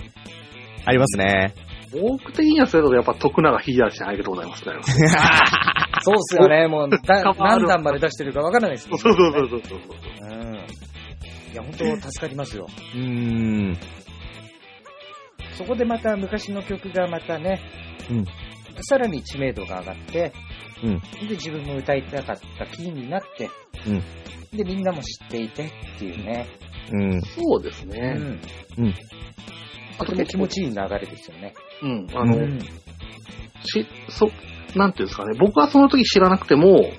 C: ありますね。
D: 僕的にはそれだとやっぱ徳永秀明さんありがとうございますね。
A: そうっすよね。もう、だ
D: カバーあ
A: 何
D: る
A: 段まで出してるかわからないですもんね
D: そうそうそうそうそう。
A: うん。いや、本当 助かりますよ。
C: うん。
A: そこでまた昔の曲がまたね、
C: うん
A: さらに知名度が上がって、
C: うん
A: で、自分も歌いたかったキーになって、で、みんなも知っていてっていうね。
C: うん。
D: そうです
A: う
D: ね。
A: ん。
C: うん
A: とても気持ちいい流れですよね。
D: うん。あの、
A: うん
D: し、そ、なんていうんですかね。僕はその時知らなくても、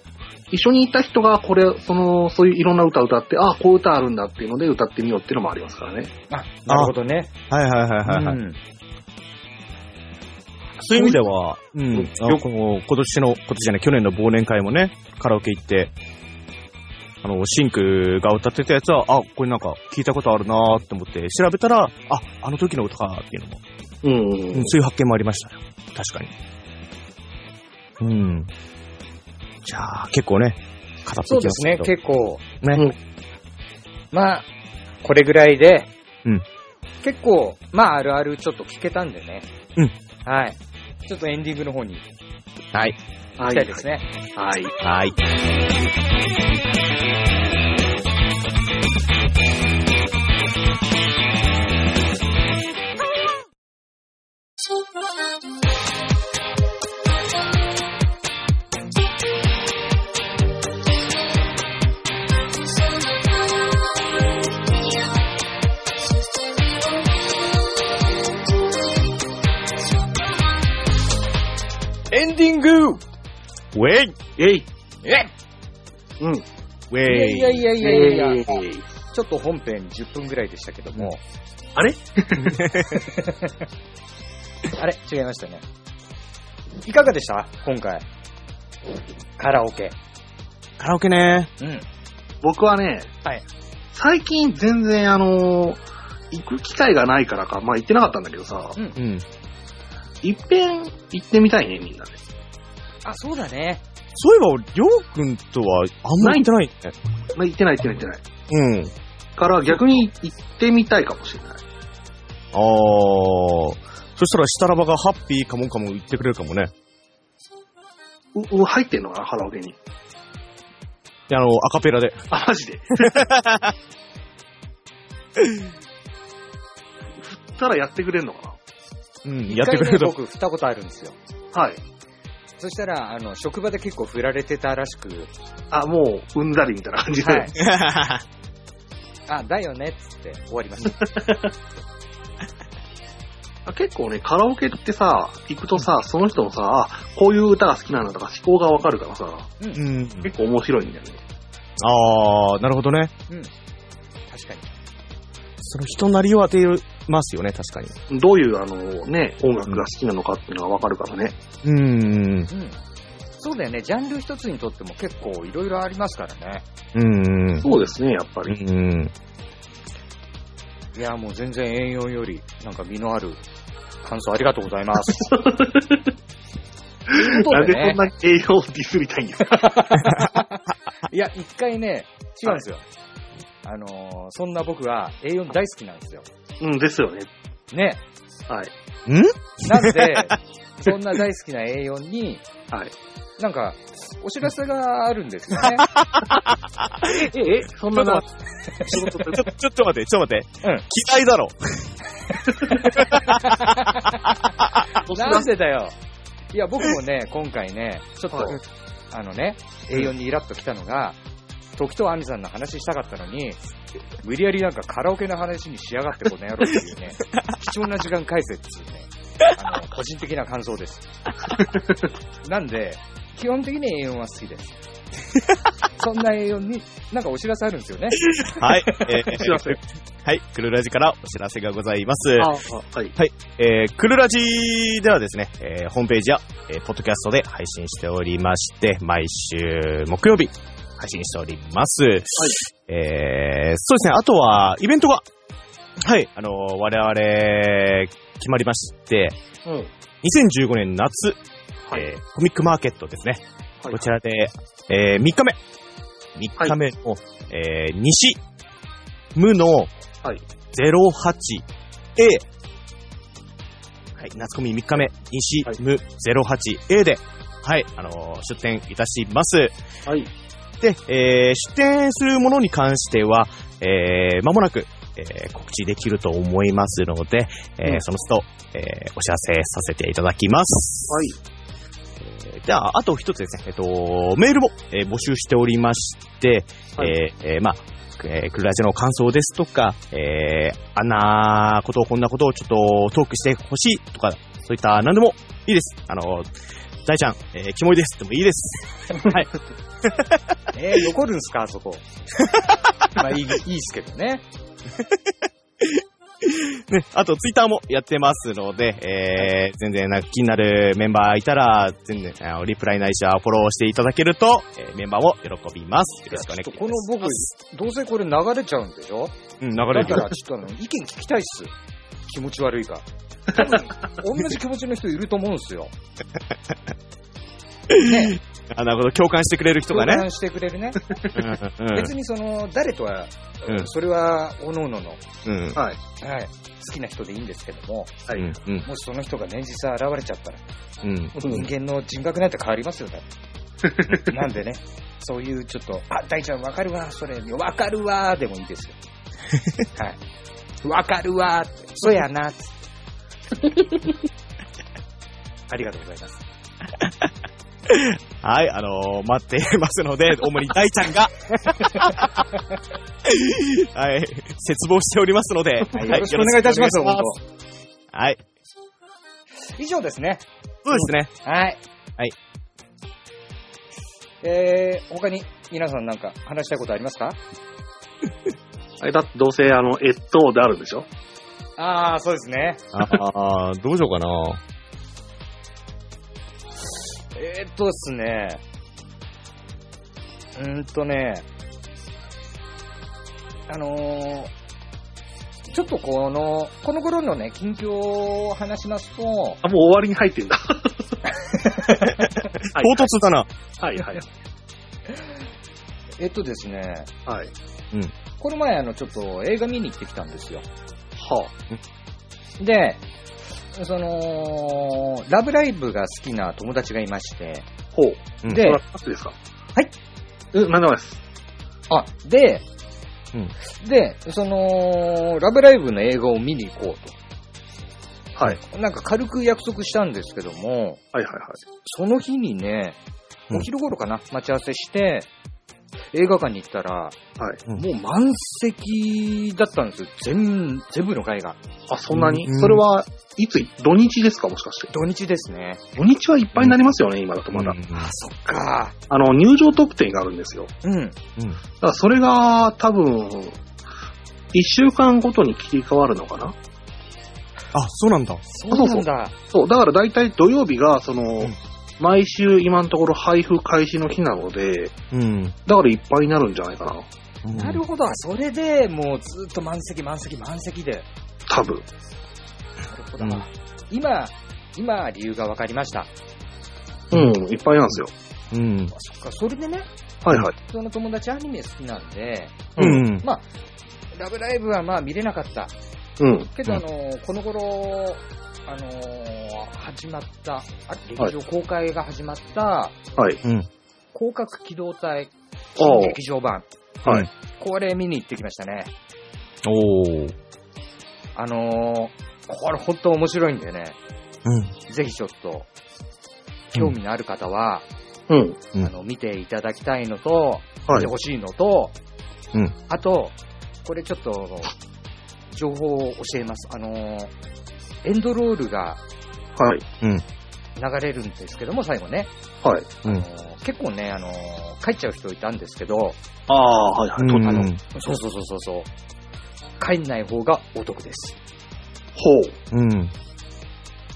D: 一緒にいた人がこれ、その、そういういろんな歌を歌って、ああ、こういう歌あるんだっていうので歌ってみようっていうのもありますからね。
A: あ、なるほどね。
C: はいはいはいはい、はい
A: うん
C: そういう意味では、うん。
D: うん
C: あのこの今年の、今年じゃない、去年の忘年会もね、カラオケ行って、あの、シンクが歌ってたやつは、あ、これなんか聞いたことあるなーって思って調べたら、あ、あの時の歌かっていうのも、
D: うん
C: うんそういう発見もありましたよ。確かに。うん。じゃあ、結構ね、語って
A: そ
C: いうき
A: で
C: ますす
A: ね
C: け、ど。
A: 結構。
C: ね
D: うん
A: まあ、これぐらいで、
C: うん
A: 結構、まあ、あるあるちょっと聞けたんでね。
C: うん
A: はい。ちょっとエンディングの方に行
C: はい。
D: は
A: きたいですね。
D: はい。
C: はい。
A: エンディング
C: ウェイ
D: えい。
A: え
D: うん。
C: ウェ
A: いやいや
C: イ
A: いやい
D: え
A: やいやいや、
D: ー
A: ちょっと本編10分ぐらいでしたけども。
D: あれ
A: あれ違いましたね。いかがでした今回。カラオケ。
C: カラオケね。
A: うん。
D: 僕はね、
A: はい
D: 最近全然あのー行く機会がないからか、まあ行ってなかったんだけどさ、
A: うん
C: うん。
D: いっぺん行ってみたいね、みんなで。
A: あ、そうだね。
C: そういえば、りょうくんとはあんまり行ってないね。
D: まあ行ってない行ってない行ってない。
C: うん。
D: から逆に行ってみたいかもしれない。
C: あー。そしたら、シタラバがハッピーかもかも言ってくれるかもね。
D: う、う、入ってんのかな、カラオケに。
C: であの、アカペラで。
D: あ、マジで。振ったらやってくれんのか
C: うん、やってくれる
A: 一回ね
C: と。
A: 僕、振ったことあるんですよ。
D: なはい。
A: そしたら、あの、職場で結構振られてたらしく、
D: あ、もう、うんざりみたいな感じで。
A: はい。あ、だよねっつって終わり ました。
D: あ結構ね、カラオケってさ、行くとさ、その人のさ、あこういう歌が好きなんだとか思考がわかるからさ、
C: うん。
D: 結構面白いんだよね。
C: あー、なるほどね。
A: 確かに。
C: その人なりを当てますよね、確かに。
D: どういう、あの、ね、音楽が好きなのかっていうのがわかるからね。
C: うん。
A: うん。そうだよね。ジャンル一つにとっても結構いろいろありますからね。
C: うん。
D: そうですね、やっぱり。
C: うん。
A: いや、もう全然栄養より、なんか身のある感想ありがとうございます。 ということ
D: なん
A: で
D: でこ
A: ね
D: ん、なに栄養をディスりたいんですか
A: いや、一回ね、違うんですよ。あのーそんな僕は A4 大好きなんですよ。
D: うん、ですよね。
A: ね。
D: はい。
A: なん で、そんな大好きな A4 に、
D: はい。
A: なんか、お知らせがあるんですよ ね。
D: え、え、そんなの、仕事
C: ちょ、ちょっと待って、ちょっと待って。
A: うん
C: 嫌いだろ。
A: なんでだよ。いや、僕もね、 今回ね、ちょっと、
D: はい
A: あのね、A4 にイラッと来たのが、時と亜美さんの話したかったのに、無理やりなんかカラオケの話に仕上がってこの野郎っていうね、貴重な時間返せっていうね、あの、個人的な感想です。なんで、基本的に A4 は好きです。そんな A4 に、なんかお知らせあるんですよね。
C: はい。えー
D: 知らせ
C: はい。くるラジからお知らせがございます。
D: ああはい。
C: えー、くるラジではですね、えーホームページや、えーポッドキャストで配信しておりまして、毎週木曜日、配信しております。はい。えー、そうですね、あとは、イベントが、はい、あのー我々、決まりまして、
D: うん。
C: 2015年夏、
D: はい
C: えーコミックマーケットですね。
D: はい
C: こちらで、えー、3日目。3日目の、えー、西、無の、
D: はい
C: 08A。はい、夏コミ3日目、西、
D: はい
C: 無 08A で、はい、あのー出展いたします。
D: はい。
C: で、えー出展するものに関しては、えー、間もなく、えー告知できると思いますので、えー
D: うん
C: その都度、えーお知らせさせていただきます。
D: はい。
C: えーでは、あと一つですね、えっと、メールも、えー募集しておりまして、
D: は
C: えーえーまあ、えークルラジの感想ですとか、えーあんなこと、こんなことをちょっとトークしてほしいとか、そういった何でもいいです。あの、大ちゃん、えーキモいですでもいいです。
A: えー、残るんすか、あそこ。まあ、いい、いいっすけどね。
C: ね、あとツイッターもやってますので、えー、全然なんか気になるメンバーいたら、全然、あのリプライないしはフォローしていただけると、えーメンバーも喜びます。よろしくお願いします。
A: この僕、どうせこれ流れちゃうんでしょ
C: うん、流れ
A: だ
C: る
A: から、ちょっとあの、意見聞きたいっす。気持ち悪 いが。多分、同じ気持ちの人いると思うんすよ。ね、
C: あ、なるほど。共感してくれる人が
A: 共
C: ね。
A: 感してくれるね。
C: うんうん
A: 別にその、誰とは、
C: うん
A: それは、おのおのの、は
C: うん。うん
D: はい。
A: い、好きな人でいいんですけども、
D: はい
C: うん。
A: もしその人が年次さ現れちゃったら、
C: うん。
A: 人間の人格なんて変わりますよ ね。なんでね、そういうちょっと、あ、大ちゃんわかるわ、それ、わかるわ、でもいいですよ。はい。わかるわ、そやな、 つってありがとうございます。
C: はい、あのー待ってますので、主に大ちゃんが、はい、絶望しておりますので、
A: はい、よろしくお願いいたします、
C: よろ
A: 本
C: くお願いしますはい。
A: 当。以上ですね。
C: そうですね。
A: はい。
C: はい。
A: えー、他に皆さんなんか話したいことありますか
D: あれだってどうせ、あの、越冬であるでしょ
A: ああ、そうですね。
C: ああー、どうしようかな。
A: えー、っとですね。うーんとね。あのーちょっとこの、この頃のね、近況を話しますと、
D: あ、もう終わりに入ってんだ。はい
C: 唐突だな。
D: はいはい。
A: えっとですね、
D: はい。
A: この前あの、ちょっと映画見に行ってきたんですよ。
D: は
A: で、その、ラブライブが好きな友達がいまして、
D: あ、ほう。
C: うん
A: で
D: トラ、ックですか
A: はい。
D: うん、なんでもないです。
A: あ、で、
C: う
A: で、その、ラブライブの映画を見に行こう
D: はい。
A: と。なんか軽く約束したんですけども、
D: はいはいはい。
A: その日にね、
C: うん
A: お昼頃かな、待ち合わせして、映画館に行ったら、
D: はい。
A: もう満席だったんですよ。全、全部の会が。
D: あ、そんなに、
C: うん
D: それは、いつ、土日ですかもしかして。
A: 土日ですね。
D: 土日はいっぱいになりますよね、今だとまだ。
C: うん
A: そっか。
D: あの、入場特典があるんですよ。
A: うん。
C: うん
D: だからそれが、多分、一週間ごとに切り替わるのかな
C: あ、そうなんだ。
A: そうなんだ。
D: そう、だから大体土曜日が、その、
C: ん
D: 毎週今のところ配布開始の日なので、
C: うん。
D: だからいっぱいになるんじゃないかな。
A: なるほど。それでもうずっと満席満席満席で。
D: 多分。
A: なるほ
C: ど
A: ど。今、今、理由が分かりました。
D: うん、いっぱいなんですよ。
C: うん。
A: そっか、それでね、
D: はいはい。
A: その友達アニメ好きなんで、
C: うん。
A: ラブライブはまあ見れなかった。
D: うん。
A: けど、
C: うん
A: あのーこの頃、あのー始まった、あ劇場公開が始まった、
D: はい。
A: 広角機動隊
D: おう
A: 劇場版。
D: はい。
A: これ見に行ってきましたね。
C: おー。
A: あのーこれ本当面白いんでね、
C: うん。
A: ぜひちょっと、興味のある方は、
D: うん。
C: うん
A: あの、見ていただきたいのと、見
D: はい
A: て。ほしいのと、
C: うん
A: あと、これちょっと、情報を教えます。あのーエンドロールが
D: はい。
A: 流れるんですけども、最後ね。
D: はい。
C: うん
A: あのー結構ね、あのー帰っちゃう人いたんですけど、
D: ああ、はいはい。と
A: あの
C: うん
A: そうそうそうそうそう。帰んない方がお得です。
D: ほう。
C: うん。
A: っ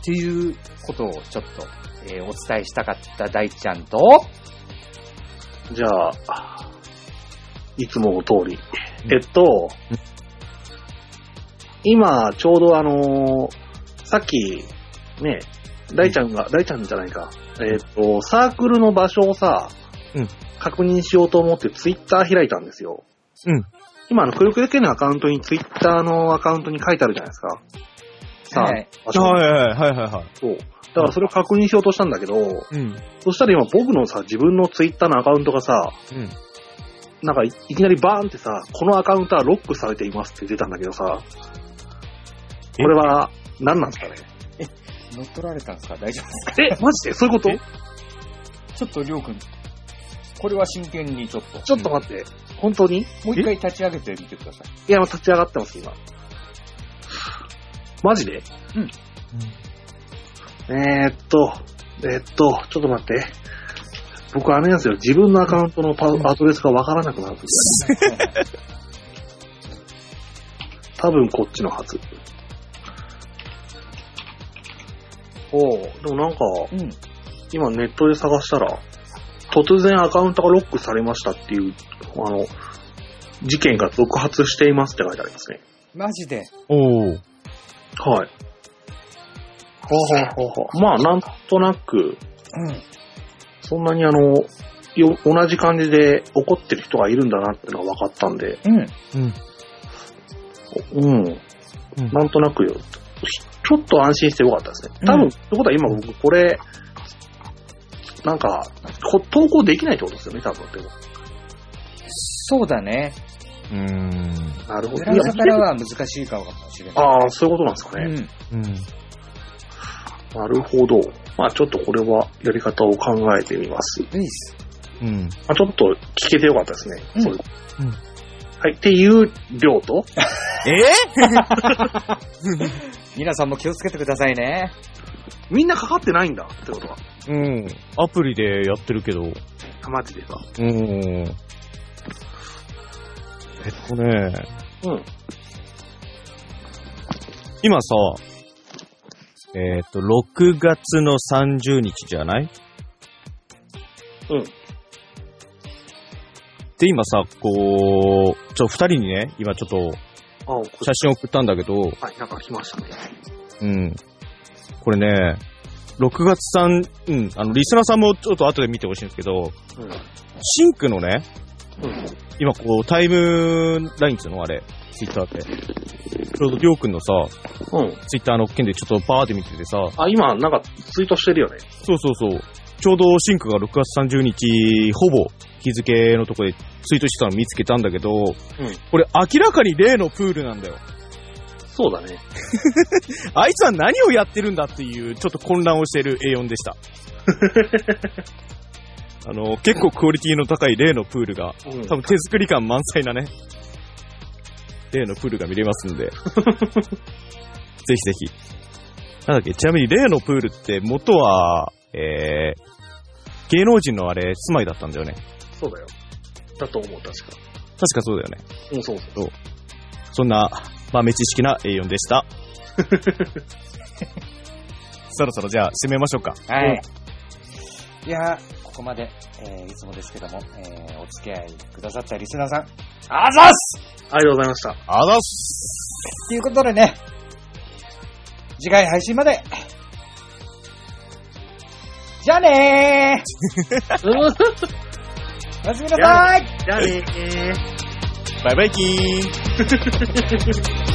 A: ていうことをちょっと、えーお伝えしたかった大ちゃんと、
D: じゃあ、いつもの通り。えっと、今、ちょうどあのーさっき、ね、大ちゃんが、大ちゃんじゃないか。えっと、サークルの場所をさ、
C: うん
D: 確認しようと思ってツイッター開いたんですよ。
C: うん
D: 今、あの、くるくる系のアカウントにツイッターのアカウントに書いてあるじゃないですか。さあ、
A: はい
D: 場所
C: はいはいはいはいは
D: そう。だからそれを確認しようとしたんだけど、
C: い。うん。
D: そしたら今僕のさ、自分のツイッターのアカウントがさ、
C: うん。
D: なんかいいきなりバーンってさ、このアカウントはロックされていますって出たんだけどさ、これは何なんですかね
A: 乗っ取られたんですか大丈夫ですか
D: え、マジでそういうこと
C: え
A: ちょっとりょうくん、これは真剣にちょっと。
D: ちょっと待って、本当にい
A: もう一回立ち上げてみてください。
D: や、立ち上がってます、今。マジでえー、っと、えー、っと、ちょっと待って。僕あれなんですよ、自分のアカウントのパアドレスがわからなくなる。 多分こっちのはず。おーでもなんか、
A: うん。
D: 今ネットで探したら、突然アカウントがロックされましたっていう、あの、事件が続発していますって書いてありますね。
A: マジで。
C: おー。
D: はい。ほうほうほうほう。まあ、なんとなく、
A: うん。
D: そんなにあの、よ同じ感じで怒ってる人がいるんだなってのが分かったんで、
A: うん。
C: うん。
D: うん。
C: ん
D: なんとなくよ、ちょっと安心してよかったですね。多
A: う
D: 分、
A: ん
D: ってことは今僕これ、なんか、こ投稿できないってことですよね、多分。でも
A: そうだね。
C: うーん。
D: なるほど。
A: 裏方からは難しいかもしれない。
D: ああ、そういうことなんですかね。
A: うん。
C: うん。
D: なるほど。まあちょっとこれはやり方を考えてみます。
A: ルイス。
C: うん。
D: まあちょっと聞けてよかったですね。
A: うん
D: そういう
C: うん
D: はい。っていう量と、
C: え
A: 皆さんも気をつけてくださいね。
D: みんなかかってないんだってことは。
C: ー、うん。アプリでやってるけど。
D: マジでさ。
C: うん。えっとね、
D: うん。
C: 今さ、えっと、6月の30日じゃない
D: うん。
C: で、今さ、こう、ちょ、二人にね、今ちょっと
D: あ、こ
C: 写真送ったんだけど、
D: はい、なんか来ましたね。
C: うん。これね、6月さん、うん、あの、リスナーさんもちょっと後で見てほしいんですけど、
D: う
C: シンクのね、
D: ん。うん。
C: 今こう、タイムラインっつうのあれ、ツイッターって。ちょうどりょうくんのさ、
D: うん。
C: ツイッターの件でちょっとバーって見ててさ、
D: あ、今、なんかツイートしてるよね。
C: そうそうそう。ちょうどシンクが6月30日、ほぼ日付のとこでツイートしてたの見つけたんだけど、これ明らかに例のプールなんだよ。
D: そうだね。
C: あいつは何をやってるんだっていう、ちょっと混乱をしている A4 でした。あの、結構クオリティの高い例のプールが、
D: うん。
C: 多分手作り感満載なね、例のプールが見れますんで、ぜひぜひ。なんだっけ、ちなみに例のプールって元は、えー、芸能人のあれ、住まいだったんだよね。
D: そうだよ。だと思う、確か。
C: 確かそうだよね。
D: うん、そうそう。
C: そんな豆知識な A4 でした。そろそろじゃあ締めましょうか。
A: はい。いやー、ここまで、えー、いつもですけども、えー、お付き合いくださったリスナーさん、あざっす
D: ありがとうございました。
C: あざっす
A: ということでね、次回配信までじゃあねーおや すみなさい
D: じゃあねー。
C: バイバイキーン